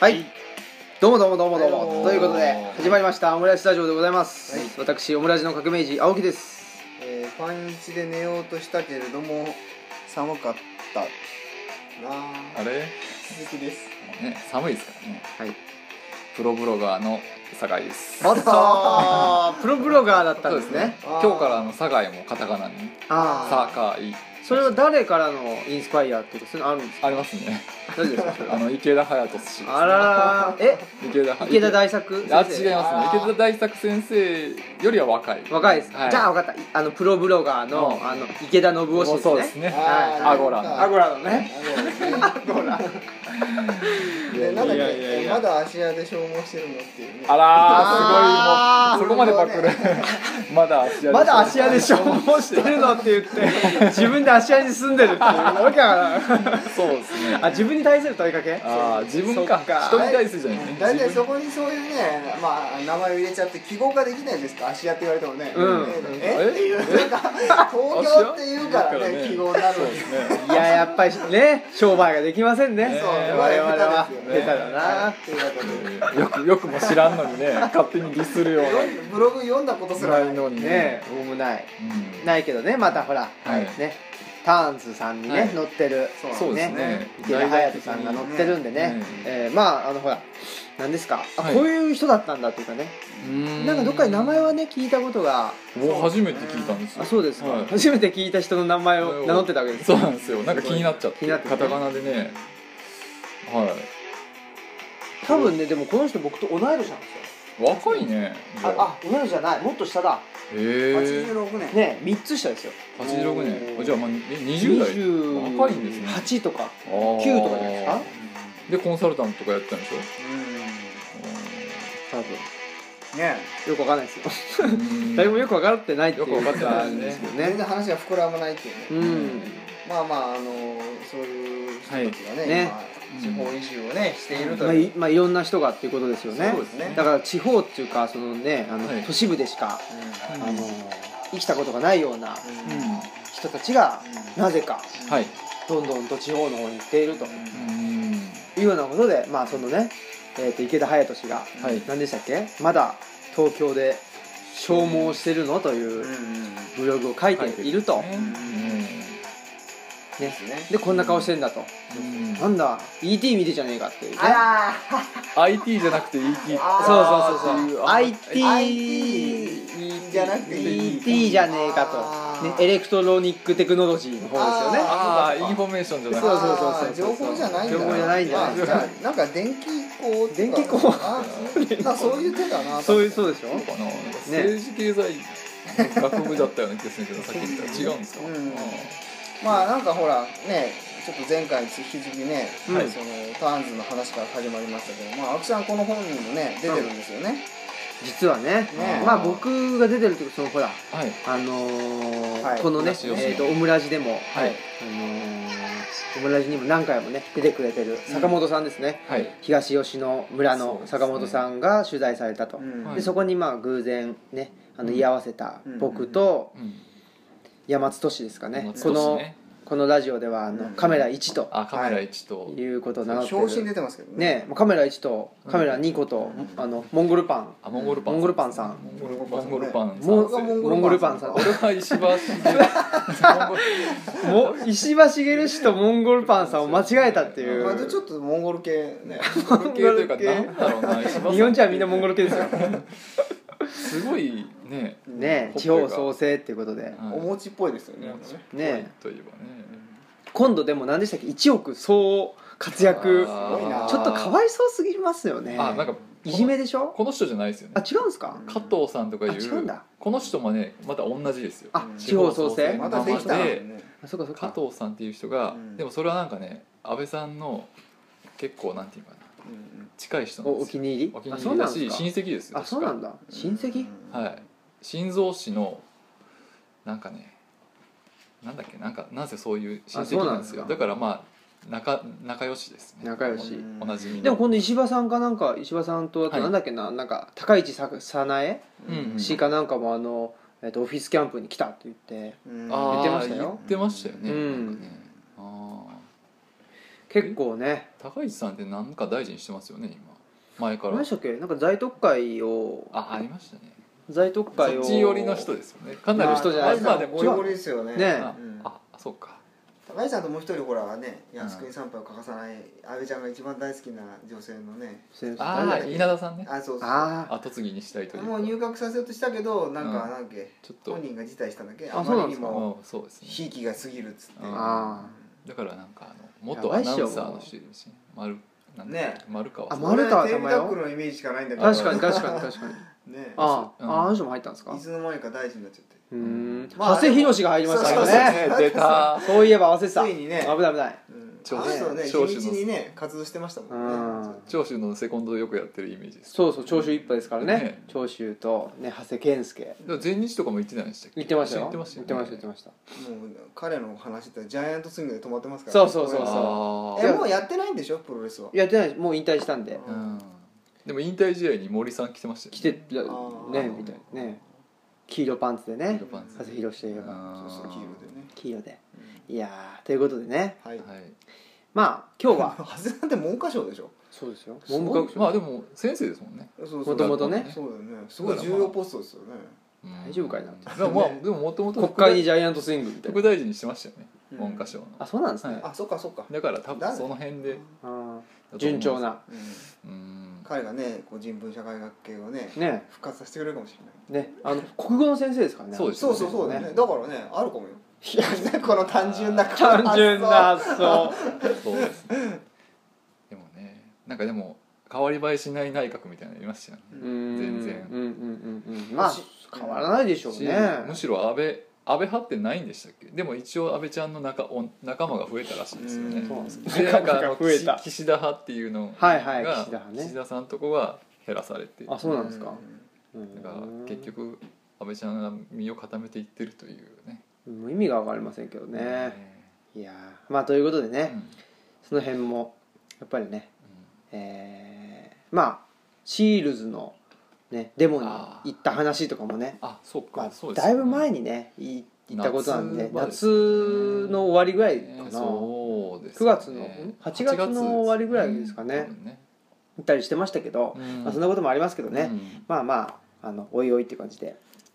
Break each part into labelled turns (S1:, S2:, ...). S1: はい。どうもどうもどうもどう
S2: はいどう
S1: も。
S2: も
S1: ということで、始まりました、オムラジスタジオでございます。
S2: はい
S1: 私、オムラジの革命児、青木です。
S2: えー、パンチで寝ようとしたけれども寒かったな
S3: あ
S2: あ
S3: れ、
S2: 鈴木です
S3: ね、寒いですからね。
S1: はい。
S3: プロブロガーの酒井です。
S1: おっとー、 プロブロガーだったんですね。
S2: あー
S3: 今日からあの酒井もカタカナに、
S1: あ
S3: サカイ
S1: あ。それは誰からのインスパイアっていうか、そういうのあるんですか
S3: ありますね。
S1: 大丈夫ですかそれ
S3: あ
S1: は
S3: の池田隼人氏ですね。
S1: あららら、え
S3: 池田隼
S1: 池田大作先生
S3: あ違いますね
S2: あー
S3: 池田大作先生よりは若い
S1: 若いですか、
S3: はい
S1: じゃあ分かったあのプロブロガーの,、
S3: うん
S1: あの池田信夫氏
S3: も
S1: です
S3: う
S1: ね
S3: そうですね
S1: はい
S2: あー
S3: アゴラ
S2: なるほど
S1: アゴラのね
S2: アゴラねでなんだっけえーまだ足屋で消耗してるのっていうね
S3: あ
S1: あ
S3: らー
S1: ー
S3: すごいもうそこまでパクる まだ芦屋
S1: まだ芦屋で消耗してるのって言 って自分で芦屋に住んでるっていうわけが
S3: そうですね
S1: あ自分に対する問いかけ
S3: あー自分か
S1: そっか
S3: 人に対するじゃないね
S2: 大体
S3: 自分
S2: そこにそういうね、まあ、名前を入れちゃって記号化できないんですか芦屋って言われてもね、
S1: うん
S2: え
S1: うん
S2: えっていうなんか東京っていうから
S3: 芦屋
S2: ね記号になるんです
S3: ね
S1: いややっぱりね商売ができませんね
S3: ね
S2: そう
S1: 我
S3: え
S1: 々は
S2: 下手ですよ
S1: 下手だな
S2: ということで
S3: よくよくも知らんのにね勝手にディスるような
S2: ブログ読んだことすら
S3: な
S2: ないい
S3: のに
S1: ねえ僕もない
S3: うん
S1: ないけどねまたほら、
S3: はい
S1: ねターンズさんにね、
S3: はい
S1: 乗ってる
S3: そうですね
S1: 池田隼人さんが乗ってるんでね、
S3: うん
S1: えーまああのほら何ですか、あ
S3: はい
S1: こういう人だったんだっていうかね、
S3: うん
S1: なんかどっかに名前はね聞いたことが
S3: もう初めて聞いたんですよ
S1: あそうですか、
S3: はい
S1: 初めて聞いた人の名前を名乗ってたわけです
S3: そうなんですよなんか気になっちゃって
S1: 気になって
S3: カタカナでねは
S1: 多分ねでもこの人僕と同い年なんですよ
S3: い若いねじゃ
S1: ああ同い年じゃないもっと下だ
S3: へえ
S2: 86年
S1: ね三3つ下ですよ
S3: 86年
S1: おー
S3: あじゃあまあえ20代
S1: 20
S3: 若いんですね
S1: 8とか
S3: あー
S1: 9とかじゃないですか
S3: でコンサルタントとかやってたんでしょ
S1: 多分
S2: ね
S1: よくわかんないですよ
S3: うーん
S1: 誰もよくわかってないっていう
S3: よくわかってない
S1: で
S3: ですす
S1: けど
S2: 全
S1: ね
S2: 然話が膨らまないっていうね、
S1: うん
S2: まあまああのそういう人たちが
S1: は
S2: ね,、
S1: い
S3: ね
S2: 今地方移住をねしている
S1: ま
S2: と
S1: あ
S2: いう、
S1: いまあいろんな人がっていうことですよね
S3: そうですね
S1: だから地方っていうかそのねあの、
S3: はい
S1: 都市部でしか、
S3: う
S1: あ
S3: ん
S1: の生きたことがないような
S2: うん
S3: うん
S1: 人たちが
S2: うん
S1: なぜか
S3: はい
S1: どんどんと地方の方に行っていると
S3: うー
S1: いうようなことでまあそのね、えー、と池田隼人氏が
S3: んはい
S1: 何でしたっけまだ東京で消耗してるのというブログを書いていると、
S3: ね
S1: ね、
S2: すね
S1: でこんな顔してんだと、
S3: うん
S1: なんだ ET 見てじゃねえかっていうね
S2: あら
S3: IT じゃなくて ET
S2: あ
S1: そう
S2: ー
S1: そうそうそう
S3: あ
S1: IT
S2: じゃなくて
S1: ET じゃねえか
S2: あ
S1: と、
S2: ー
S1: ね、エレクトロニックテクノロジーの方ですよね
S3: あ
S2: そう
S3: ー
S2: か
S3: インフォメーションじゃ
S1: そ
S3: な
S1: う
S3: くて
S1: そうそうそう
S2: 情報じゃないんだ
S1: 情報じゃないんだ
S2: あじゃあなんか電気工とか
S1: 電気工
S2: あーまあそういう手だな
S1: そういうそううでしょ
S3: かな政治経済学部だったような気がするけどさっき言ったら違うんですか
S2: うんまあなんかほらねちょっと前回引き続きね、
S1: はい
S2: そのターンズの話から始まりましたけどまあ青木さんこの本にもね出てるんですよね、
S1: 実はね
S2: ね
S1: まあ僕が出てるっていうかそのほら
S3: はい
S1: あのー
S2: はい
S1: このね、
S3: 話をしよう
S1: えー、とオムラジでも、
S3: はい
S1: あのーオムラジにも何回もね出てくれてる坂本さんですね、
S3: はい
S1: 東吉野村
S3: そう
S1: の
S3: ですね
S1: 坂本さんが取材されたと、
S2: うん
S3: はい
S1: でそこにまあ偶然ねあの居合わせた
S2: うん
S1: 僕と
S3: うん
S1: 山津俊ですかね,、
S3: 松
S1: こ
S3: 戸市
S1: の
S3: ね
S1: このラジオではあの、
S2: うん
S1: カメラ1と
S3: あカメラ1と
S1: いうことを名乗ってる
S2: 表紙に出てますけど
S1: ねもうカメラ1とカメラ2個と、あのモンゴルパン
S3: あモンゴルパン
S1: モンゴルパンさん
S3: モンゴルパンモンゴルパンさん
S1: モ
S2: 僕がモン
S1: ンゴ
S2: ゴ
S1: ル
S2: ル
S1: パ
S2: パ
S1: ン
S2: ン
S1: さん
S2: さん
S1: と
S3: これは石橋
S1: も石破茂氏とモンゴルパンさんを間違えたっていう、
S2: まあ、ちょっとモンゴル系ね
S3: モンゴル系というかなんだろうな石橋
S1: 日本人はみんなモンゴル系ですよ
S3: すごいね
S1: ねえ地方創生っていうことで
S3: はい
S2: お餅っぽいですよね
S3: お餅っぽい
S1: ね
S3: といえばね
S1: 今度でも何でしたっけ1億総活躍
S3: あ
S2: すごいな
S3: ー
S1: ちょっとかわいそうすぎますよね
S3: あなんかこの
S1: いじめでしょ
S3: この人じゃないですよ
S1: あ
S3: ね
S1: 違うんですか
S3: 加藤さんとかい
S1: あ違うん
S3: う
S1: だ
S3: この人もねまた同じですよ
S1: あ地方創生
S2: またできた
S3: ね
S1: あそうかそうか
S3: 加藤さんっていう人が、
S2: うん
S3: でもそれはなんかね安倍さんの結構なんていうかな近い人なん
S1: お
S3: で
S1: お
S3: す
S1: 気
S3: よ
S1: に入り
S3: お気に
S1: あそ
S3: 入
S1: う
S3: り
S1: な
S3: だ
S1: んで
S3: し
S1: す
S3: 親
S1: か
S3: 戚ですよ
S1: あそうなん
S3: だ
S1: だ親戚
S3: はい心臓師のなんかねなんだっけなんかなんせそういう親
S1: あそう
S3: 戚
S1: な
S3: なんん
S1: で
S3: ですす
S1: か
S3: よだからまあ仲仲良しですね
S1: 仲良し
S3: おなじみの
S1: でもこの石破さんかなんか石破さんとあと
S3: はい
S1: なんだっけな、なんか高市さ早苗
S3: うんうん
S1: 氏かなんかもあの、えっとオフィスキャンプに来たって言って
S3: あー
S1: 言ってましたよ
S3: 言ってましたよね,、
S1: うん
S3: なんかねあ
S1: 結構ね
S3: 高市さんってなんか大事にしてますよね今前から
S1: 何でしたっけなんか在特会を
S3: あありましたね
S1: 在特会
S3: そ
S1: を
S3: っち寄りの人ですよねかなり
S1: の人じゃないです
S3: ま
S1: か
S3: あでも
S2: ゴリゴリですよね
S1: ね
S3: あ
S2: うん
S3: あそうか
S2: 高橋さんともう一人ほらね
S3: うん
S2: 靖国参拝を欠かさない安倍ちゃんが一番大好きな女性のね
S1: 先生誰
S3: あ
S1: だっ
S3: あ
S1: け
S3: 稲田さんね
S2: あそうそう
S1: あー
S3: 後継ぎにしたいという
S2: もう入閣させようとしたけどなんか
S3: うん
S2: なんだっけ
S3: ちょっと
S2: 本人が辞退したんだっけ
S1: あ
S2: あまりに
S1: そうなん
S2: も
S3: うんそうですね
S2: ひいきが過ぎるっつって
S1: あ
S3: だからなんかあの元アナウンサーの人いるし丸なんだっけ
S2: ね
S3: 丸川
S1: あ
S3: さん
S1: ま丸川
S2: 俺テレ
S1: 珠
S2: ビタ
S1: 代
S2: ックルのイメージしかないんだけど
S1: 確かに確かに確かに
S2: に ね
S1: あー
S3: うん
S1: ああの人も入ったんですか
S2: いつの間にか大臣になっちゃって
S1: うーん
S2: まあ
S1: 長谷博士が入りました
S2: そ
S1: よ
S2: うそうそう
S1: ね
S3: 出た
S1: そういえば忘れてた
S2: ついにね
S1: 危ない危ない
S2: うん
S3: 長
S2: あの人ね地
S3: 長州の
S2: 道にね活動してましたもん
S1: う
S2: ね
S1: ん
S3: 長州のセコンドでよくやってるイメージです
S1: そうそう長州一派ですから
S3: ね
S1: ね長州とね長谷健介
S3: でも全日とかも行ってないんでしたっけ
S1: 言ってましたよ
S3: 行ってました
S1: 言
S3: よ
S1: ってました
S3: ね
S1: 言ってました
S2: もう彼の話ってジャイアントスイングで止まってますから
S1: そうそうそう
S2: こ
S3: あ
S2: れ
S3: ー
S2: えもうやってないんでしょプロレスは
S1: やってないですもう引退したんで
S2: う
S3: うんでも引退試合に森さん来てましたよね
S1: 来てね
S2: ー
S1: みたいなね黄色パンツでね
S3: 黄色パンツ
S1: 長谷博士といえば
S3: あ
S2: そう
S3: ー
S2: そう黄色でね
S1: 黄色で
S2: うん
S1: いやーということでね
S2: はい
S3: はい
S1: まあ今日 は
S2: はずなんて文科省でしょ
S1: そうですよ
S3: 文
S1: 文
S3: 部
S1: 部科学
S3: 科学省
S1: 省
S3: まあでも先生ですもんね、
S2: そうそう
S1: もともとね
S2: そうだよねすごい重要ポストですよね
S1: 大丈夫かいな
S3: でもまあでももともと
S1: 国会にジャイアントスイングみたい
S3: 副
S1: な
S3: 大臣にしてましたよね、
S2: うん
S3: 文科省の
S1: あそうなんです
S3: は
S1: ね
S3: い
S2: あそっかそっか
S3: だから多分その辺で
S1: あー順調な
S2: うん
S3: うん
S2: 彼がねこう人文社会学系をね
S1: ね
S2: 復活させてくれるかもしれない
S1: ねあの国語の先生ですからね
S3: そうです
S2: そうそうそうだよねだからねあるかもよ この単純 な
S1: 単純な発 想
S3: そうですねでもねなんかでも変わり映えしない内閣みたいなのいましたよね
S1: うーん
S3: 全然
S1: うんうんうんうんまあ
S2: し
S1: 変わらないでしょう
S3: し
S1: ね
S3: むしろ安倍安倍派ってないんでしたっけでも一応安倍ちゃんの仲お仲間が増えたらしいですよね
S2: うんそうなん
S1: です
S3: でなんかあ
S1: 仲間
S3: の
S1: が増えた
S3: 岸岸田派っていうのが、
S1: はいはい岸田派ね
S3: 岸田さんとこが減らされて
S1: あそうなんですか
S3: だから結局安倍ちゃんが身を固めていってるというね
S1: もう意味が分かりませんけどね、いやーまあということで
S3: う
S1: ね、
S3: ん
S1: その辺もやっぱりねえーまあシールズの、ね、デモに行った話とかもね
S3: あそうか、
S1: まあ
S3: そうです
S1: だいぶ前
S3: に
S1: にねい行ったことなんで
S3: 夏場です
S1: 夏
S3: ね
S1: の終わりぐらいかな、
S3: そうです
S1: 9月のん8月の終わりぐらいですかね
S3: 多分ね
S1: 行ったりしてましたけど、
S3: うん
S1: まあ、そんなこともありますけどね、
S3: うん
S1: まあまああのおいおいって感じで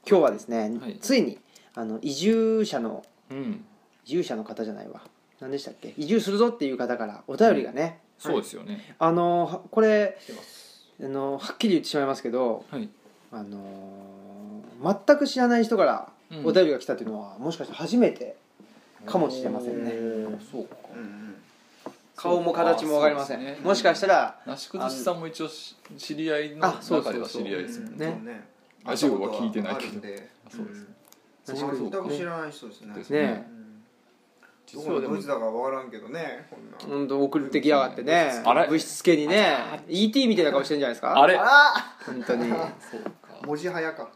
S1: 今日はですね、
S3: はい
S1: ついにあの移住者の
S3: うん
S1: 移住者の方じゃないわ何でしたっけ移住するぞっていう方からお便りがね、
S3: そうですよね
S1: あのはこれ
S2: 来てま
S1: あのはっきり言ってしまいますけど
S3: はい
S1: あのー全く知らない人から
S3: うん
S1: お便りが来たというのは、もしかして初めてかもしれませんね
S3: うんそうか
S2: うんうん
S1: 顔も形も分かりません、
S3: そうですね
S1: もしかしたら
S3: なし崩しさんも一応し知り合いの
S1: あそうそうそ
S3: 中で
S1: う
S3: は知り合いですもんね
S1: ね
S2: そうね
S3: ラジオは聞いてないけど
S2: あるんで
S3: あそうですね
S1: うん
S3: そうかそうか
S2: 全く知らない人ですね
S3: です
S1: ね
S2: うんど
S3: 実
S2: こ
S3: は
S2: の
S3: で
S2: ド
S3: も
S2: イツだかわからんけどねこんな
S1: 本当送ってきやがってね
S3: あれ
S1: 物質系にね ET みたいな顔してるんじゃないですか
S3: あれ
S2: あ
S1: 本当に
S3: そうか
S2: 文字早か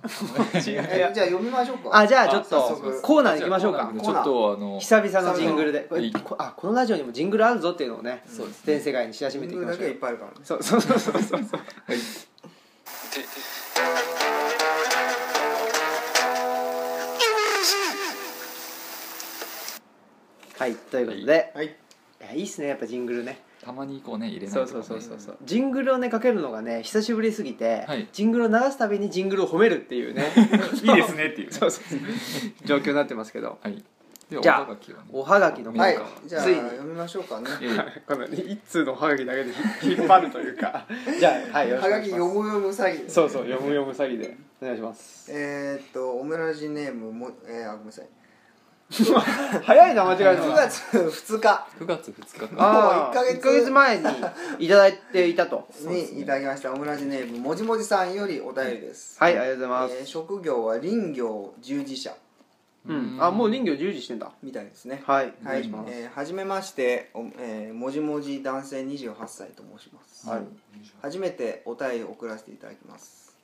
S2: え
S1: いや
S2: じゃあ読みましょうか
S1: あじゃあちょっ
S3: あ
S1: と
S3: そうそうそう
S1: コーナー行きましょうか
S3: じゃあちょっとあの
S1: 久々のジングルでこ
S3: い
S1: れ
S3: い
S1: こあこのラジオにもジングルあるぞっていうのをね
S3: そうですね
S1: 全世界に知らしめていきま
S2: だ
S1: し
S2: け
S1: ょ
S2: はいっ
S1: う
S2: ぱいあるからね
S1: そうそうそうそうそう
S3: はい
S1: はいということで
S2: はい
S1: いやいいっすねやっぱジングルね
S3: たまにこうね入れない
S1: そう
S3: とか
S1: そ
S3: ね
S1: うそうそうそうジングルをねかけるのがね久しぶりすぎて、
S3: はい
S1: ジングルを鳴らすたびにジングルを褒めるって いうね
S3: いいですねっていうね
S1: そうそうそう状況になってますけど
S3: はいでは
S1: じゃあ
S3: おはがきをね
S1: おはがきの
S2: は
S1: 方
S2: い
S1: か
S2: じゃあ
S1: ついに
S2: 読みましょうかね
S3: ええ
S1: この一通のおはがきだけで引っ張るというか じゃあはいよろしくお
S2: はが
S1: 願い
S2: き
S1: し
S2: 読
S1: ます
S2: む読む詐欺
S1: そうそう読む読む詐欺でお願いします
S2: えーっとオムラジネームもえーあごめんなさい
S1: 早いな間違えた
S2: 9
S1: の
S2: 月2日
S3: 9月2日か
S1: ああ
S2: もう一ヶ月
S1: 1ヶ月前にいただいていたと
S2: にいただきましたオムラジネームもじもじさんよりお便りです
S1: はいありがとうございます、
S2: えー職業は林業従事者
S1: うん、あもう林業従事してんだ
S2: みたいですね
S1: はいお
S2: は
S1: 願
S2: い
S1: いします、
S2: えーはじめましておえーもじもじ男性28歳と申します
S1: はい
S2: 初めてお便りを送らせていただきます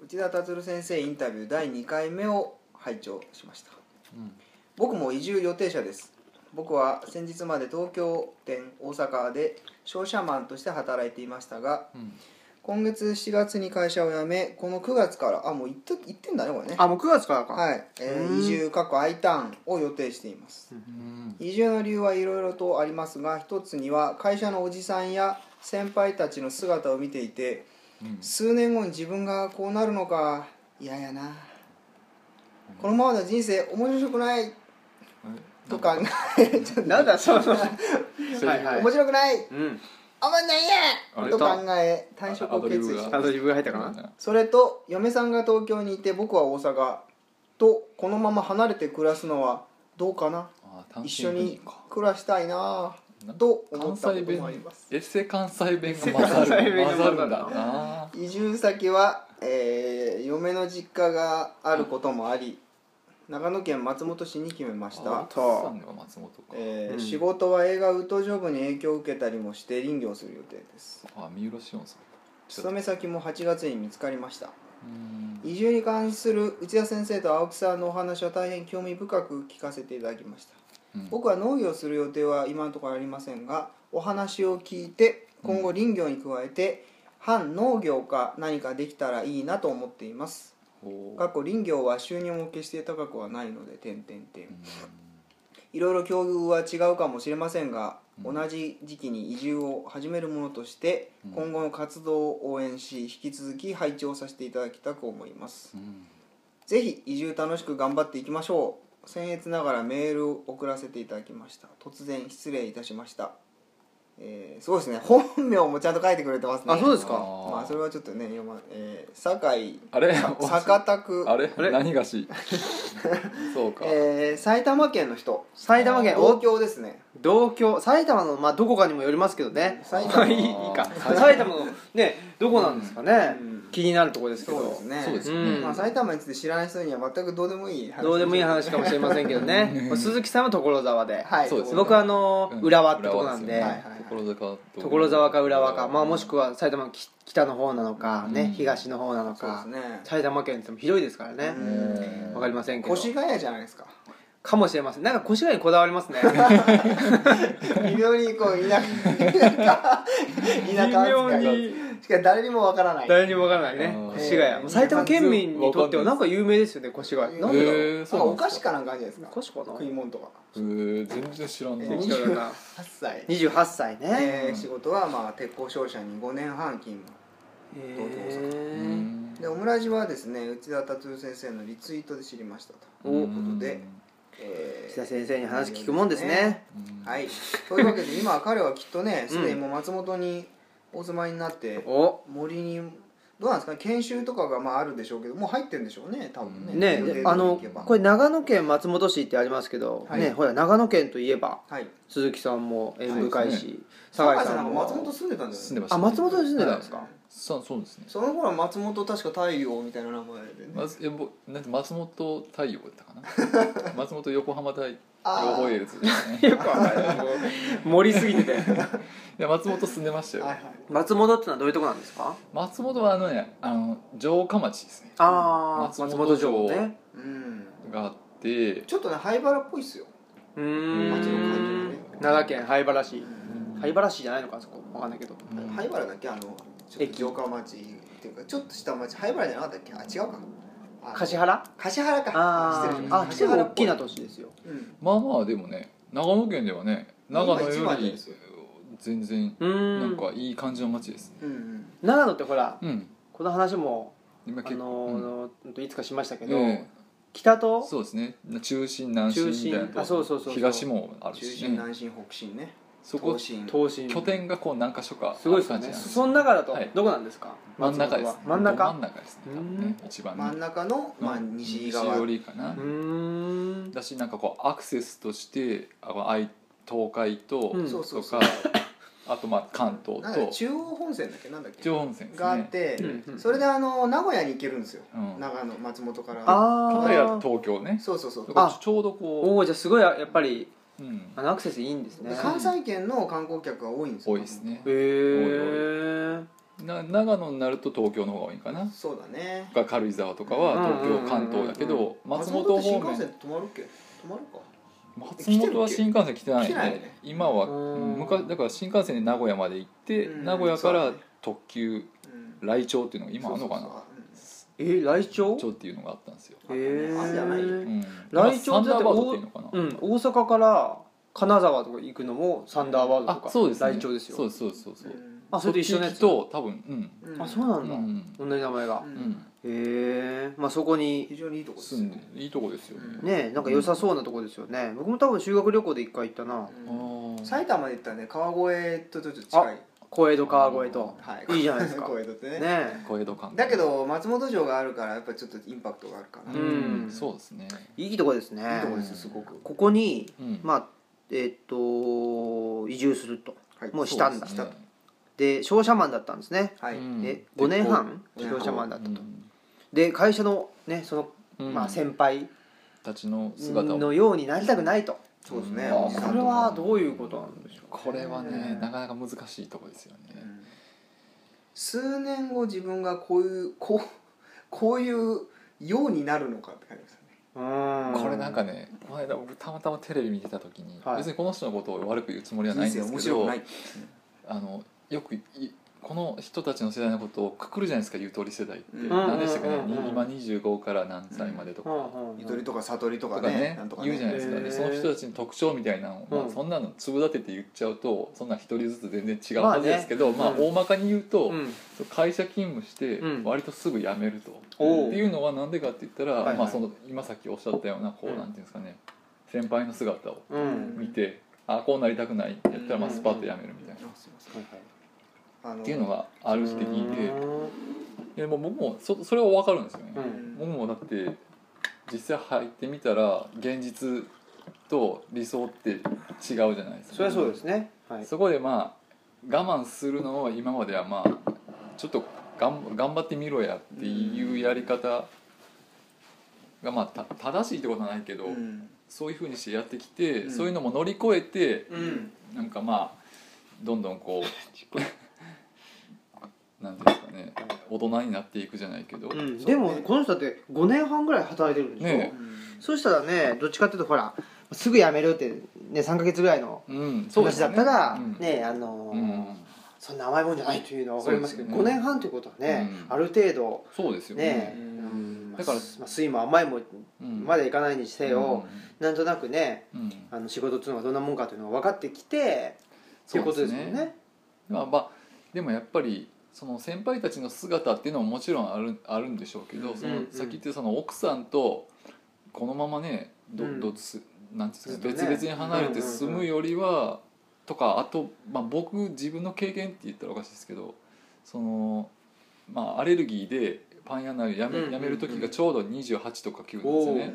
S2: 内田達郎先生インタビュー第2回目を拝聴しました
S3: うん
S2: 僕も移住予定者です僕は先日まで東京店大阪で商社マンとして働いていましたが
S3: うん
S2: 今月7月に会社を辞めこの9月からあもう行って行ってんだねこれね
S1: あもう9月からか、
S2: はい、えー
S1: うん
S2: 移住過去 I ターンを予定しています
S3: うん
S2: 移住の理由はいろいろとありますが一つには会社のおじさんや先輩たちの姿を見ていて
S3: うん
S2: 数年後に自分がこうなるのか嫌やなこのままでは人生面白くないと考えちょっ
S1: なんだその
S3: セリフ
S1: はいは
S2: と
S1: い
S2: 面白くない
S1: うん
S2: あんまない
S3: あ
S2: や
S3: れ
S2: と考え退職を決意
S3: アドリブ
S2: し
S3: が
S1: アドリブが入ったかな、
S2: それと嫁さんが東京にいて僕は大阪とこのまま離れて暮らすのはどうかな
S3: あ単身
S2: 一緒
S3: 赴任
S2: に暮らしたいな
S3: なんか
S2: と思
S3: 関
S2: ったこ
S3: 西
S2: と
S3: 弁
S2: もあります
S3: エセ関西弁が混
S1: エセ
S3: ざる
S1: 関西弁が
S3: 混
S1: 混
S3: ざ
S1: ざ
S3: る
S1: る
S3: んだな
S2: 移住先は、えー嫁の実家があることもあり長野県松本市に決めまし
S3: あ
S2: た、
S3: 奥さんが松本か、
S2: えー
S1: うん
S2: 仕事は映画ウッドジョブに影響を受けたりもして林業する予定です
S3: あ三浦紫音さん
S2: 勤め先も8月に見つかりました
S3: うん
S2: 移住に関する内田先生と青木さんのお話は大変興味深く聞かせていただきました
S3: うん
S2: 僕は農業をする予定は今のところありませんがお話を聞いて今後林業に加えて反農業か何かできたらいいなと思っています
S3: おー
S2: 過去林業は収入も決して高くはないので点々点
S3: うん
S2: いろいろ境遇は違うかもしれませんが、
S3: うん
S2: 同じ時期に移住を始めるものとして、
S3: うん
S2: 今後の活動を応援し引き続き拝聴させていただきたく思います
S3: うん
S2: ぜひ移住楽しく頑張っていきましょう僭越ながらメールを送らせていただきました突然失礼いたしましたえー、すごいですね 本名もちゃんと書いてくれてますね
S1: あそうですか
S3: あー
S2: まあそれはちょっとね読まえー、堺
S3: あれ
S2: 坂田区
S3: あれ
S1: あれ
S3: 何が しそうか、
S2: えー、埼玉県の人
S1: 埼玉県
S2: 東
S1: お
S2: 京ですね
S1: 同居埼玉のまあどこかにもよりますけどね
S2: 埼
S1: ま
S2: 玉
S1: あいいい いか
S3: 埼玉
S1: 埼玉のねどこなんですかね、
S2: うん
S1: 気になるとこですけど
S2: そうですね
S3: そうですね、
S1: うん
S2: まあ、埼玉について知らない人には全くどうでもいい話
S1: どうでもいい話かもしれませんけどね 鈴木さんは所沢で、
S2: はい
S3: そうです
S1: 僕はあの
S3: うん
S1: 浦和ってとこなんで
S2: は
S3: 浦和
S2: いはい
S3: すよ
S2: はい
S3: ね所沢と
S1: 所沢か浦和か、まあ、もしくは埼玉のき北の方なのか、ね
S3: うん
S1: 東の方なの
S2: そうで
S1: か、
S2: すね
S1: 埼玉県って広いですからね
S2: う
S3: うんん
S1: わかりませんけど
S2: 越谷じゃないで すか
S1: かもしれませんなんか越谷にこだわりますね
S2: 微妙にこう 田舎田舎扱
S1: 微
S2: い
S1: 妙
S3: に
S2: しかも誰にもわからない
S1: 誰にもわからないね
S3: うん
S1: 越谷もう埼玉県民にとってはなんか有名ですよね越谷なんでだろう
S3: へーそう
S2: あ
S3: なん
S2: お
S3: ですか
S2: 菓子かなんかあるじゃないですか
S1: 越かな
S2: 食い物とか
S3: えー、全然知らんな、
S2: え
S1: 越
S2: ー
S1: 谷だな
S2: 8歳、
S1: 28歳ね
S2: えー仕事はまあ鉄鋼商社に5年半勤務
S3: う
S1: え
S3: ん
S2: でオムラジはですね内田達郎先生のリツイートで知りましたと、
S1: お
S3: う
S1: とい
S3: ん
S1: う
S2: ことで
S1: ー
S2: え
S1: 岸
S2: ー
S1: 田先生に話聞くもんですね
S3: うん
S2: はいというわけで今彼はきっとねすでにもう松本にお住まいになって、
S1: お
S2: 森にどうなんですかね研修とかがまああるでしょうけどもう入ってるんでしょうね多分ね
S1: ね
S2: 予定通り
S1: であ
S2: 行
S1: の
S2: けば
S1: これ長野県松本市ってありますけど、
S2: はい
S1: ねほら長野県といえば
S2: はい
S1: 鈴木さんも縁深い
S3: そう
S1: し、
S2: 酒
S1: 酒
S2: 井
S1: 井
S2: さ
S1: さん
S2: んも
S1: も
S2: 松本住んでたんじゃない
S3: 住んでました
S1: あ松本に住んでたんですか、
S2: はい
S3: さそうですね
S2: その頃は松本確か太陽みたいな名前でね、
S3: まずえぼなんて松本太陽だったかな 松本横浜太陽
S2: あー
S3: ホイールズですね
S1: よくわかんないもう盛りすぎてて
S3: いや松本住んでましたよ
S2: はいはい
S1: 松本ってのはどういうとこなんですか
S3: 松本はあのねあの城下町ですね
S1: ああ
S3: 松
S1: 松
S3: 本
S1: 本
S3: 城
S1: 城ね
S2: うん
S3: があって
S2: ちょっとね灰原っぽいっすよ
S1: う
S2: 町の感じ
S1: ー
S2: が
S1: ん
S2: ね
S1: 奈良県灰原市
S3: うん
S1: 灰原市じゃないのかあそこわかんないけど
S3: うん
S2: 灰原だっけあのちょっと
S1: 駅
S2: 城下町っていうかちょっと下町灰原じゃなかったっけあ違うかあの
S1: 橿原
S2: 橿原か
S1: あ
S2: 失礼し
S1: ああ
S2: まし
S1: 結構
S2: た橿
S1: 大
S2: 原っぽ
S1: き
S2: い
S1: な都市ですよ
S2: うん
S3: まあまあでもね長野県ではね長野よ
S2: 今一番
S3: り
S2: ですよ
S3: 全然
S1: うー
S3: なんんかいい感じの町ですね
S2: うんうん
S1: 長野ってほら
S3: うん
S1: この話も
S3: 今
S1: あ
S3: 結
S1: の
S3: 構うん
S1: ーうんといつかしましたけど、
S3: え
S1: 北
S3: え
S1: と
S3: そうですね中心南心みたいなと
S1: 中
S3: こ
S1: 心あそうそうそうそう
S3: 東もある
S2: 中
S3: し
S2: 心
S3: ね
S2: 南進北進ね
S3: そこ
S2: 東進
S1: 東進
S3: 拠点がこう何か所か
S1: す
S3: あ
S1: ごい
S3: る
S1: ですよ
S3: 感じ
S1: ね
S3: なんです
S1: その中だと
S3: はい
S1: どこなんですか、
S3: 真ん
S1: 松
S3: 中で
S1: 本
S3: す
S1: は真ん中
S3: 真ん中ですね多分
S1: う
S3: ね
S1: ん
S3: 一番
S2: 真ん中の、まあ、
S3: うん
S2: 西側
S3: 寄りかな、
S1: うーん
S3: だしなんかこうアクセスとしてあのあい東海と、
S1: うん
S2: そうそ
S3: と
S2: うそう
S3: かあとまあ関東
S2: なんだ
S3: と
S2: っけ中央本線だっけなんだっけ
S3: 上本線です
S2: があっ
S3: ね
S2: て、
S1: うんうん
S2: それであの名古屋に行けるんですよ、
S3: うん
S2: 長野松本から
S1: あ
S3: 片や
S1: あ
S3: 東京ね
S2: そうそうそう
S3: だから
S1: あ
S3: ちょうどこ
S1: おおじゃあすごいやっぱり
S3: う、うん
S1: あのアクセスいいんですね
S2: で関西圏の観光客が多いんですよ
S3: 多いですね
S1: へえ
S3: な長野になると東京の方が多いかな
S2: そうだね
S3: が軽井沢とかは東
S1: うんうんうん
S3: 京
S1: うん
S3: 関東だけど松本
S2: って新
S3: 方
S2: 幹線
S3: 面
S2: 止まるっけ止まるか
S3: 松本は新幹線来てない
S2: 来てない
S3: ね
S2: ね
S3: 今は、
S1: うん
S3: うん昔だから新幹線で名古屋まで行って、
S2: うん
S3: 名古屋から
S2: そうだね
S3: 特急
S2: うん
S3: 来庁っていうのが今あるのかな
S2: そう
S1: え来庁
S3: 庁っていうのがあったんですよ、
S2: そうそううんあんじゃない
S3: うん、
S1: 来庁
S3: サン
S1: だ
S3: ダ
S1: っ
S3: ー
S1: て
S3: バードっていうのかな、
S1: うん大阪から金沢とか行くのもサンダーバードと
S3: あ
S1: か
S3: そうですね
S1: 来庁ですよ
S3: そうそうそうそう、
S1: あそれで一緒のやつ
S3: そっち行きと多分うん
S2: うん
S1: あそうな
S3: うん
S1: だ、
S3: ん、
S1: 同じ名前が、
S2: う
S1: へ
S2: ん
S3: うん、
S1: えまあそこ
S2: 非
S1: に
S2: 常にいいとこですよ
S3: 住んでいいとこですよね、
S2: うん
S1: ねなんか良さそうなとこですよね、僕も多分修学旅行で一回行ったな
S2: うん
S3: あー
S2: 埼玉で言ったらね川越とちょっと近い
S1: 小江戸川越と
S2: はい
S1: いじゃないです か
S2: 川越とってね
S1: ね
S3: 小江戸感
S2: だけど松本城があるからやっぱちょっとインパクトがあるから
S3: うん、
S1: うん
S3: そうですね
S1: いいとこですね
S2: いいとこですよすごく
S1: ここに
S3: うん
S1: まあえーっと移住すると
S2: はい
S1: もうしたんだ
S3: そうですね
S1: で商社マンだったんですね、
S2: はい
S3: うん
S1: え5年半
S2: 結
S1: 商
S2: 構
S1: 社マンだったと、
S3: うん
S1: で会社のねその、
S3: うん
S1: まあ、先輩
S3: たちの姿を
S1: のようになりたくないと、
S2: そうです
S3: う
S2: ね
S3: んあ
S2: おじさ
S1: こ
S2: ん
S1: れ
S2: とか
S1: はどういうことなんでしょう
S3: これは
S2: う
S3: ね
S2: ん
S3: なかなか難しいとこですよね、
S2: うん数年後自分がこういうこうこういうようになるのかって感じですよね
S1: うん
S3: これなんかねこの間僕たまたまテレビ見てた時に、
S1: はい
S3: 別にこの人のことを悪く言うつもりはないんです
S2: 面
S3: け
S2: 白
S3: ど
S2: くない
S3: あのよくいこの人たちの世代のことをくくるじゃないですかゆとり世代って、
S2: うん
S3: 何でしたっけね、
S1: うんうんうん
S3: 今25から何歳までとか、
S1: うんうんうん
S2: ゆとりとか悟りと
S3: と
S2: か
S3: かね
S2: ねなんとかね
S3: 言うじゃないですか、
S1: へ
S3: で
S1: ー
S3: その人たちの特徴みたいなのを、ま
S1: う
S3: あ、
S1: ん
S3: そんなの粒立てて言っちゃうとそんな一人ずつ全然違う
S1: まあ
S3: は
S1: ね
S3: ずですけど、まあ
S1: うん
S3: 大まかに言うと、
S1: うん
S3: そう会社勤務して
S1: うん
S3: 割とすぐ辞めると、
S1: おう
S3: っていうのはなんでかって言ったら、
S1: はいはい
S3: まあ、その今さっきおっしゃったようなこう
S1: うん
S3: なんていうんですかね先輩の姿を
S1: うん
S3: 見て、あこうなりたくないやったらまあ
S1: うん
S3: スパッと辞めるみたいな、
S2: あすいませんあの
S3: っていうのがあるって聞いて
S1: うん
S3: でもう僕もそそれは分かるんですよね、
S1: うん
S3: 僕もだって実際入ってみたら現実と理想って違うじゃないですか
S1: それはそうですねはい
S3: そこでまあ我慢するのを今まではまあちょっとがん頑張ってみろやっていうやり方がまあた正しいってことはないけど、
S2: うん
S3: そういうふうにしてやってきて、
S2: うん
S3: そういうのも乗り越えて
S1: うん
S3: なんかまあどんどんこ うなんていうんですかね大人になっていくじゃないけど、
S1: うん
S2: そう
S1: でもこの人だって5年半ぐらい働いてるんでしょ、
S3: ね
S1: そうしたらねどっちかっていうとほらすぐ辞めるって、ね、3か月ぐらいの
S3: うんそうで
S1: 話
S3: す
S1: だ
S3: よ
S1: っ
S3: ね
S1: たら、
S3: うん
S1: ねあのー
S3: うん
S1: そんな甘いもんじゃないというのは分かりますけど
S3: そう
S1: 5
S3: ですよね
S1: 年半ということはね、
S3: うん
S1: ある程度
S3: そうですよね
S1: ね、
S2: うん
S1: うん
S3: だから
S1: まあ、酸いも甘いも
S3: うん
S1: までいかないにせよ、なんとなくね
S3: うんうん
S1: あの仕事っていうのはどんなもんかというのが分かってきてっていうことですもんね。
S3: まあまあでもやっぱりその先輩たちの姿っていうのももちろんあるあるんでしょうけど、
S2: うん
S3: その
S1: うん
S3: さっき言ってその奥さんとこのままねど
S1: うん
S3: どつなんていうんです
S1: ずっ
S3: か
S1: とね
S3: 別々に離れて住むよりはとかあと、まあ、僕自分の経験って言ったらおかしいですけどその、まあ、アレルギーでパン屋なりやめ,、
S1: うん
S3: やめる時がちょうど28とか9なんですよ
S1: お
S3: ね。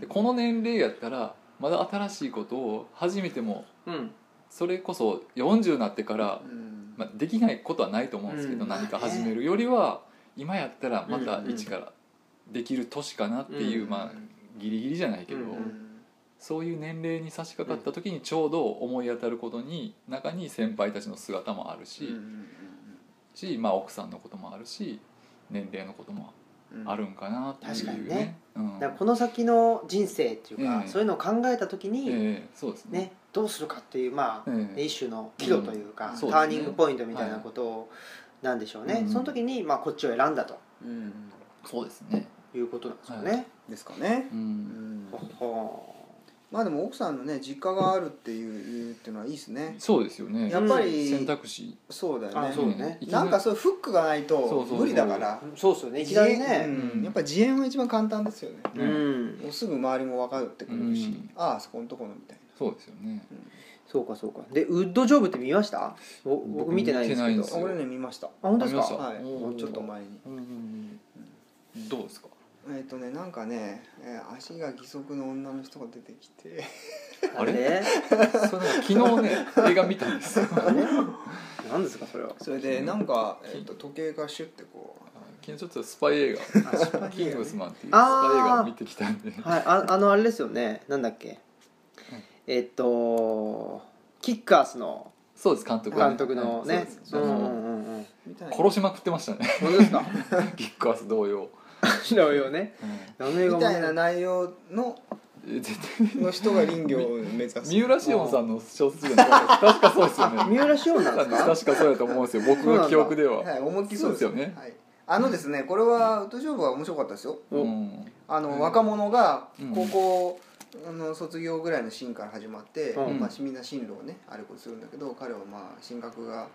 S3: でこの年齢やったらまだ新しいことを始めても
S1: うん
S3: それこそ40になってから
S2: うん
S3: まあ、できないことはないと思うんですけど、
S1: うん
S3: 何か始めるよりは今やったらま
S1: う
S3: た
S1: んうん
S3: 一からできる年かなっていう、
S1: うん
S3: まあギリギリじゃないけど、
S1: う
S2: うん
S3: そういう年齢に差し掛かった時にちょうど思い当たることに中に先輩たちの姿もあるし,、しまあ、奥さんのこともあるし年齢のこともあるんかなっていう
S1: 確かに
S3: ね
S1: ね。
S3: うん
S1: だからこの先の人生っていうか、
S3: ええ
S1: そういうのを考えた時に、
S3: ええそうですね
S1: ね、どうするかっていうまあ、
S3: ええ
S1: 一種の岐路というか、
S3: うん
S1: タ
S3: そうです
S1: ー
S3: ね
S1: ニングポイントみたいなことをなんでしょうね、
S3: うん
S1: その時に、まあ、こっちを選んだと
S2: うん
S3: そうですね、
S1: いうことなんですよ
S3: は
S1: ね。
S2: ですかね
S3: う、
S2: うんん
S1: ほほ
S2: まあでも奥さんのね実家があるっていうっていうのはいいですね
S3: そうですよね
S2: やっぱり
S3: 選択肢
S2: そうだよ
S1: あ
S2: ね
S1: そうね
S3: ん
S2: なんかそういうフックがない
S3: そう
S2: と
S3: そうそう
S2: 無理だから
S1: ーそうっすよねいきなりね、
S2: うんやっぱり自演は一番簡単ですよね
S1: うん
S3: うん
S2: もうすぐ周りも分かってくれる
S3: う
S2: し
S3: ん
S2: ああそこのとこのみたい
S3: そうですよね
S1: そうかそうかでウッドジョブって見ましたお僕見てないんですけ
S3: 見て
S1: ど
S3: ないんです
S2: な
S3: よ
S1: あ
S2: 俺ね見ました
S1: 本当です
S3: 見ました
S1: か
S2: はい
S3: おー
S2: ちょっと前に
S3: どうですか
S2: えっとねなんかねえー足が義足の女の人が出てき て
S3: あ
S1: あ
S3: れ
S1: れ
S3: それ昨日ね映画見たん ですよ
S1: あれ何ですかそれは
S2: それでなんかえーと時計がシュッてこ
S3: 昨日ちょっとスパイ映画「キングスマン」っていうスパイ映画を見てきたんで
S1: はいああのあれですよねなんだっけえっとキッカースの
S3: そうです監督が
S1: 監督の
S3: は
S1: ね
S3: いそうです
S1: うんう
S3: あの
S1: んうんうん
S2: うみたいな
S3: 殺しまくってましたね
S1: 本当ですか
S3: キックアス同様
S1: 白いよねあの映画
S2: み
S1: もね
S2: たいな内容の
S3: 絶対
S2: の人が林業を目指す
S3: 三浦紫音さんの小説じゃない確かそうですよね
S1: 三浦紫音なんですか
S3: 確かそうやと思うんですよ僕の記憶では、
S2: はい、思いっきりそうです
S3: そうですよね
S2: はい、あのですねこれはウッドショーブは面白かったですよ
S1: お
S3: うん
S2: あの、
S3: うん
S2: 若者が
S3: うん
S2: 高校の卒業ぐらいのシーンから始まって、
S1: うん
S2: まあ、みんな進路をねあれこれするんだけど彼はまあ進学が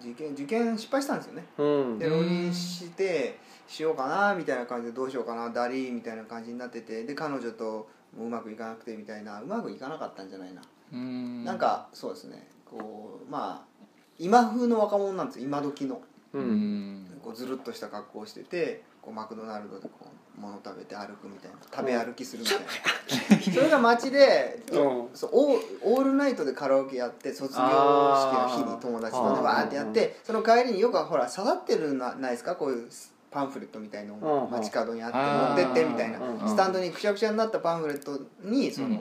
S2: 受験受験失敗したんですよね
S1: うん
S2: で浪人してしようかなみたいな感じでどうしようかなダリーみたいな感じになっててで彼女ともううまくいかなくてみたいなうまくいかなかったんじゃないな、
S3: うん
S2: なんかそうですねこうまあ今風の若者なんですよ今時の
S1: う
S3: うんん
S2: こうずるっとした格好をしててこうマクドナルドでこう物食べて歩くみたいな食べ歩きするみたいなそれが街で
S1: うん
S2: そうオーオールナイトでカラオケやって卒業式の日に友達と
S1: あ
S2: ね
S1: ー
S2: わーってやってその帰りによくほら刺さってるなないですかこういうパンフレットみたいの
S1: うんう
S2: を
S1: ん
S2: 街角にあって持ってってみたいな
S1: うん
S2: スタンドにくしゃくしゃになったパンフレットにその。
S3: うん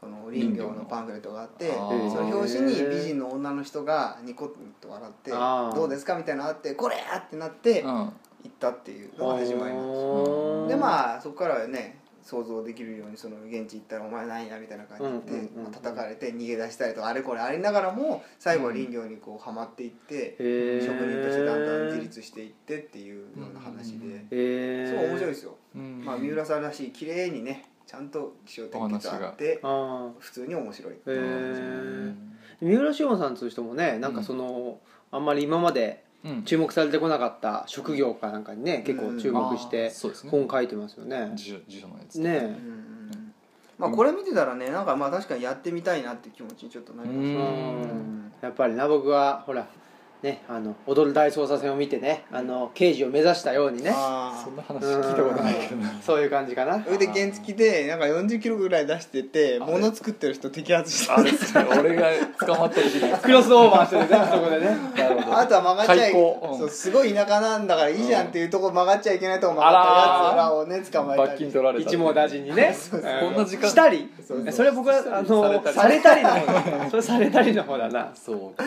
S2: この林業のパンフレットがあって
S3: 林業の
S2: その表紙に美人の女の人がニコッと笑って
S1: あー
S2: 「どうですか?」みたいなのあって「これ!」ってなって行
S3: うん
S2: ったっていうのが始まりなんですよでまあそこからはね想像できるようにその現地行ったら「お前なんや」みたいな感じで言って、
S1: うんうんうんうん
S2: まあ叩かれて逃げ出したりとかあれこれありながらも最後は林業にこうハマっていって、
S1: へえ
S2: 職人としてだんだん自立していってっていうような話で、
S1: へえ
S2: すごい面白いですよ、
S3: うん
S2: まあ、三浦さんらしい綺麗にねちゃんと気象点結あって
S1: あ
S2: 普通に面白い
S1: あへ
S3: う
S1: え
S3: ん
S1: 三浦紫音さんという人もねなんかその、あんまり今まで
S3: うん
S1: 注目されてこなかった職業かなんかにね結構注目し
S3: あー
S1: て
S3: そうですね
S1: 本書いてますよね。
S3: 辞書辞書のやつ
S1: ね
S2: うんうんうんまあこれ見てたらねなんかまあ確かにやってみたいなって気持ちにちょっとなりま
S1: え
S2: し
S3: う
S2: た
S1: うんやっぱりな僕はほらねあの踊る大捜査線を見てねあの刑事を目指したようにね
S2: あ
S3: そ
S2: ー
S3: んな話聞いたことないけどな
S1: そういう感じかな
S2: それで原付でなんか40キロぐらい出してて物作ってる人摘発して
S3: あれですね俺が捕まった時に
S1: クロスオーバーしてるねそこでね
S3: なるほど
S2: あとは曲がっちゃい、
S3: 開口うん
S2: そうすごい田舎なんだからいいじゃんっていうとこ曲がっちゃいけないとこ曲がったやつらをね捕まえた
S3: 罰
S2: り
S3: 金取られ た
S1: 一網打尽にねこ
S3: こんな時間
S1: したり
S2: そうそう
S1: それ僕はあの
S3: さ
S1: さ
S3: れ
S1: れたりの方だそれされたりの方だな
S3: そうか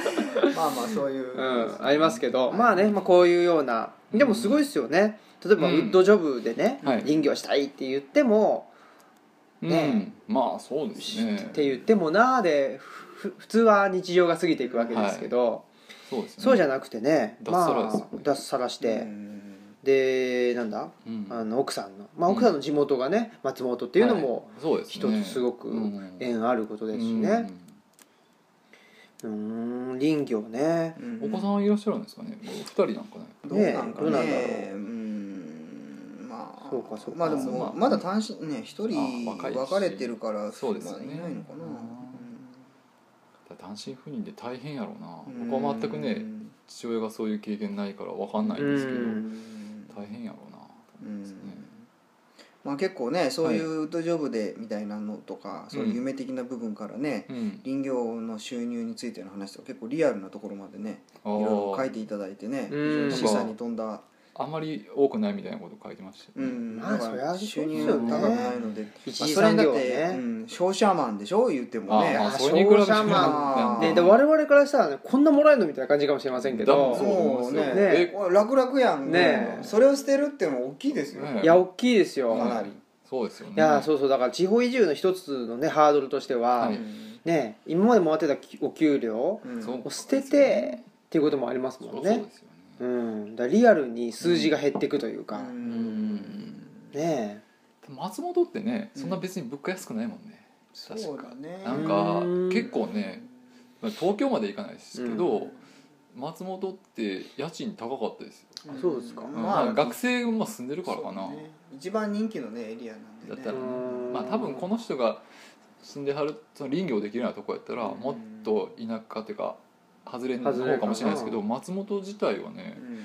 S2: まあまあそういう、
S1: うん、ありますけど、まあね、まあ、こういうようなでもすごいですよね例えばウ
S3: うん
S1: ッドジョブでね、
S3: はい
S1: 林業したいって言っても、
S3: うん
S1: ね
S3: まあそうですね
S1: って言ってもなあでふふ普通は日常が過ぎていくわけですけど、
S3: そうですね
S1: そうじゃなくてね
S3: 脱サラですよね
S1: まあ、脱サラし
S2: う
S1: て、
S2: ん
S1: でなんだ
S3: うん
S1: あの奥さんの、まあ、奥さんの地元がね、松本っていうのも
S3: はいそうです
S1: 一
S3: ね
S1: つすごく
S3: うん
S1: 縁あることですしねうんん林業ね
S2: うん
S3: うんお子さんはいらっしゃるんですかねお二人なんかね
S2: どうなん
S1: ねえど
S2: か
S1: う
S2: ね
S1: なんだろう
S2: うんまあ
S1: そうかそうか
S2: まあで
S3: まあ
S2: もまだ単身ね一人
S3: あ若いし
S2: 別れてるから
S3: そうですよね
S2: まあいないのかな、
S3: うん単身赴任で大変やろうな
S2: うん
S3: 僕は全くね父親がそういう経験ないからわかんないんですけど
S1: うん
S3: 大変やろうなと
S2: う
S3: 思い
S2: ん
S3: ますね
S2: まあ結構ねそういうウッドジョブでみたいなのとか、そういう夢的な部分からね、
S3: うん
S2: 林業の収入についての話とか結構リアルなところまでね
S3: あ
S2: いろいろ書い
S3: ー
S2: ていただいてね
S1: うん
S2: 非常に示唆に富んだ、
S3: あんまり多くないみたいなこと書いてました
S2: う
S3: よね
S2: ん、
S1: まあ
S2: だから
S1: そ
S2: 収
S1: りゃ
S2: 入
S1: そうですよ
S2: 高く
S1: ね
S2: ないので、
S1: 一
S2: まあ
S1: 次
S2: それ
S1: 産
S2: だ
S1: 業
S2: っ
S1: はね
S2: て、うん、商社マンでしょ言っても
S3: あ
S2: ね
S3: ーまあ
S1: ね
S3: それに比べて
S1: 商社
S2: マン
S1: でで我々からしたらねこんなもらえるのみたいな感じかもしれませんけ
S3: だ
S1: ど
S3: そう
S2: もうね
S1: ね
S2: え楽々やん
S1: ね
S2: それを捨てるっていうのは大きいですよ、
S3: ね
S1: いや大きいですよ、
S2: か
S1: い
S2: なり、
S3: そうですよね
S1: やそうそうだから地方移住の一つのねハードルとしては、
S3: はい
S1: ね今までもらってたきお給料
S2: うん
S3: そう
S1: を捨ててっていうこともあります
S3: そう
S1: もん
S3: そう
S1: ね
S3: ですよね
S1: うんだからリアルに数字が減っていくという
S2: う
S1: か、
S2: ん
S1: ね
S3: 松本ってね
S2: うん
S3: そんな別に物価安くないもんね、
S2: そうだね
S3: なんか
S1: うん
S3: 結構ねまあ東京まで行かないですけど、松本って家賃高かったですよ、
S1: あそうですか
S2: ん
S3: まあ、学生も住んでるからかな、
S2: そうね一番人気のねエリアなんでね
S3: だったら
S1: うーん
S3: まあ多分この人が住んではるその林業できるようなとこやったら
S2: うん
S3: もっと田舎っていうか外れの方かもしれないですけど松本自体はね
S2: うん
S1: え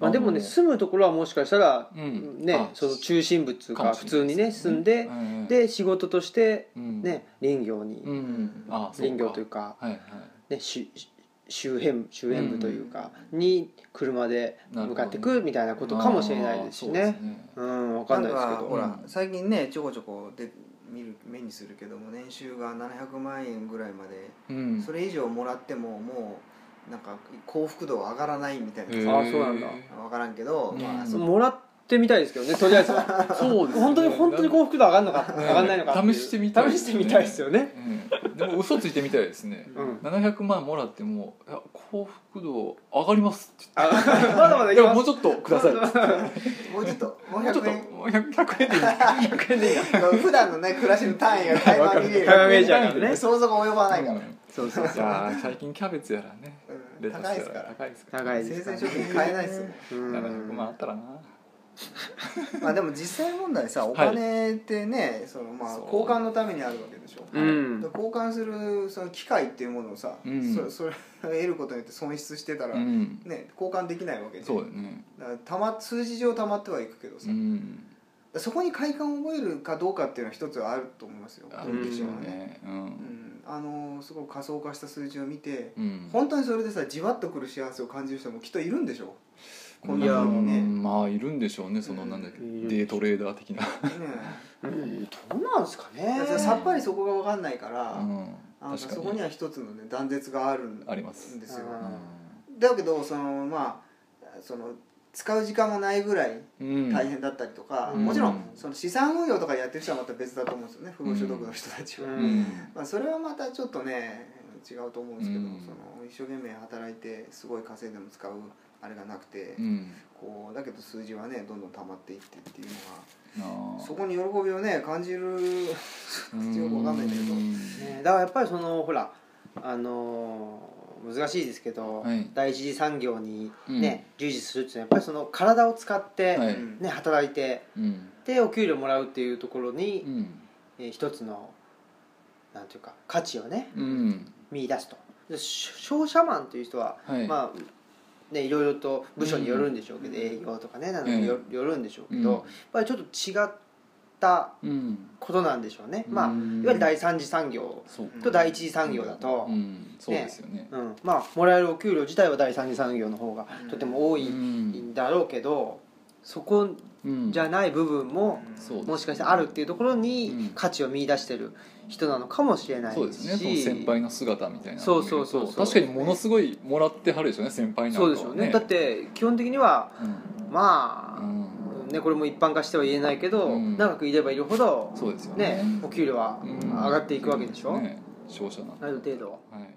S1: まあでもね住むところはもしかしたら
S3: うん
S1: ね
S3: あ
S1: その中心部っていう
S3: か
S1: か
S3: もし
S1: 普
S3: れな
S1: 通
S3: い
S1: にね住んで
S3: ええ
S1: で仕事として
S3: うん
S1: ね林業に
S3: うんあそうか
S1: 林業というか
S3: はいはい
S1: ねしし周辺周辺部というかに車で向かってくみたいなことかもしれないですし
S3: あー
S1: ね
S3: そうです
S1: うんわかんないですけ
S2: なんかほ
S1: ど
S2: ら
S3: うん
S2: 最近ねちょこちょこで見る目にするけども年収が700万円ぐらいまで
S3: うん
S2: それ以上もらってももうなんか幸福度は上がらないみたいな
S1: あそうなんだ
S3: へえ
S2: 分からんけど、
S3: うん
S2: まあ
S1: そ
S2: そ
S1: のもらっってみたいですけ どねとりあえずは
S3: そうですね
S1: 本当に本当に幸福度上がるのか
S3: ね
S1: 上がんないのかっていう
S3: 試してみたい
S1: 試してみたいですよ ね
S3: うんでも嘘ついてみたいですね
S1: うん
S3: 700万もらってもいや幸福度上がりますって
S1: あまだまだ
S3: 言って
S1: き
S3: い
S1: ます
S3: やもうちょっとくださいもう
S2: もうちょっともう
S3: ちょっ
S2: 100
S3: と
S2: 円
S3: もう100 100円でいいです
S1: 100円でいいな
S2: 普段のね暮らしの単位が垣間見える
S1: 垣間見えちゃうからね
S2: 想像が及ばないから、
S3: うん
S1: そうそう
S3: いやー最近キャベツやらね
S2: うん
S3: レタスや
S2: 高いですから
S3: 高
S1: 長
S3: いですから
S1: いで
S2: 生
S1: すか
S2: 鮮
S1: ら
S2: 食品買えないですよ
S1: う
S3: 700
S1: ん
S3: 万あったらな
S2: まあでも実際問題さお金ってね、そのまあ
S3: そう
S2: 交換のためにあるわけでしょ、
S1: うん
S2: で交換するその機会っていうものをさ、
S3: うん
S2: そそれを得ることによって損失してたら、
S3: うん
S2: ね、交換できないわけで
S3: そうだよね
S2: だからたま数字上たまってはいくけどさ、
S3: うん
S2: そこに快感を覚えるかどうかっていうのは一つはあると思いますよ
S3: あるでしょう
S2: 文化人は
S3: ねう
S2: うんん、あのすごく仮想化した数字を見て、
S3: うん
S2: 本当にそれでさじわっとくる幸せを感じる人もきっといるんでしょこん
S1: い
S2: な
S1: や
S2: のにねね
S3: うんまあいるんでしょうねそのなんだっけ
S1: うんいる
S3: デートレーダー的な
S1: うんどうなんですかね
S2: だからさっぱりそこが分かんないから、
S3: うん
S2: あの
S3: 確
S2: そ
S3: か
S2: こに
S3: に
S2: は一つのね断絶があるん
S3: あります
S2: ですよ
S1: うん
S2: だけどそのまあその使う時間もないぐらい
S3: うん
S2: 大変だったりとか、
S1: うん
S2: もちろ
S3: うん
S2: んその資産運用とかやってる人はまた別だと思うんですよね不労所得の人たちは、
S1: う
S3: うんん
S2: まあ、それはまたちょっとね違うと思うんですけど、
S3: うん
S2: その一生懸命働いてすごい稼いでも使うあれがなくて、
S3: うん
S2: こうだけど数字はねどんどん溜まっていってっていうの
S3: あー
S2: がそこに喜びをね感じる よくわかんないんだけど
S1: ねだからやっぱりそのほらあのー難しいですけど、
S3: はい
S1: 第一次産業に、
S3: うん
S1: ね従事するっていうのはやっぱりその体を使って、
S3: はい
S2: うん
S1: ね、働いて
S3: うん
S1: でお給料もらうっていうところに
S3: う、ん
S1: えー一つのなんていうか価値をね
S3: うん
S1: 見出すとでし商社マンという人は、
S3: はい
S1: まあねいろいろと部署によるんでしょうけど、
S2: うん
S1: 営業とかねなのによ,、よるんでしょうけど、
S3: うん
S1: やっぱりちょっと違った
S3: うん
S1: ことなんでしょうね、まあ
S3: う
S1: い
S3: ん
S1: わゆる第三次産業
S3: そう
S1: と第一次産業だと、
S3: うんそうですよね
S1: うん、まあもらえるお給料自体は第三次産業の方がとても多い
S3: うん
S1: だろうけど、そこ
S3: うん
S1: じゃない部分も
S3: そうです
S1: もしかしてあるっていうところ
S3: うん
S1: に価値を見出してる人なのかもしれないし
S3: そうですねその先輩の姿みたいな
S1: そうそうそうそう
S3: 確かにものすごいもらってはるでしょうね先輩なんか
S1: そ
S3: は
S1: うでしょうねだって基本的には
S3: うん
S1: ま
S3: う
S1: あ、
S3: ん
S1: ね、これも一般化しては言えないけど、
S3: うん
S1: 長くいればいるほど
S3: そうですよね
S1: ねお給料は
S3: うん
S1: 上がっていくわけでしょ、
S3: ね商社なんで
S1: ある程度
S3: はい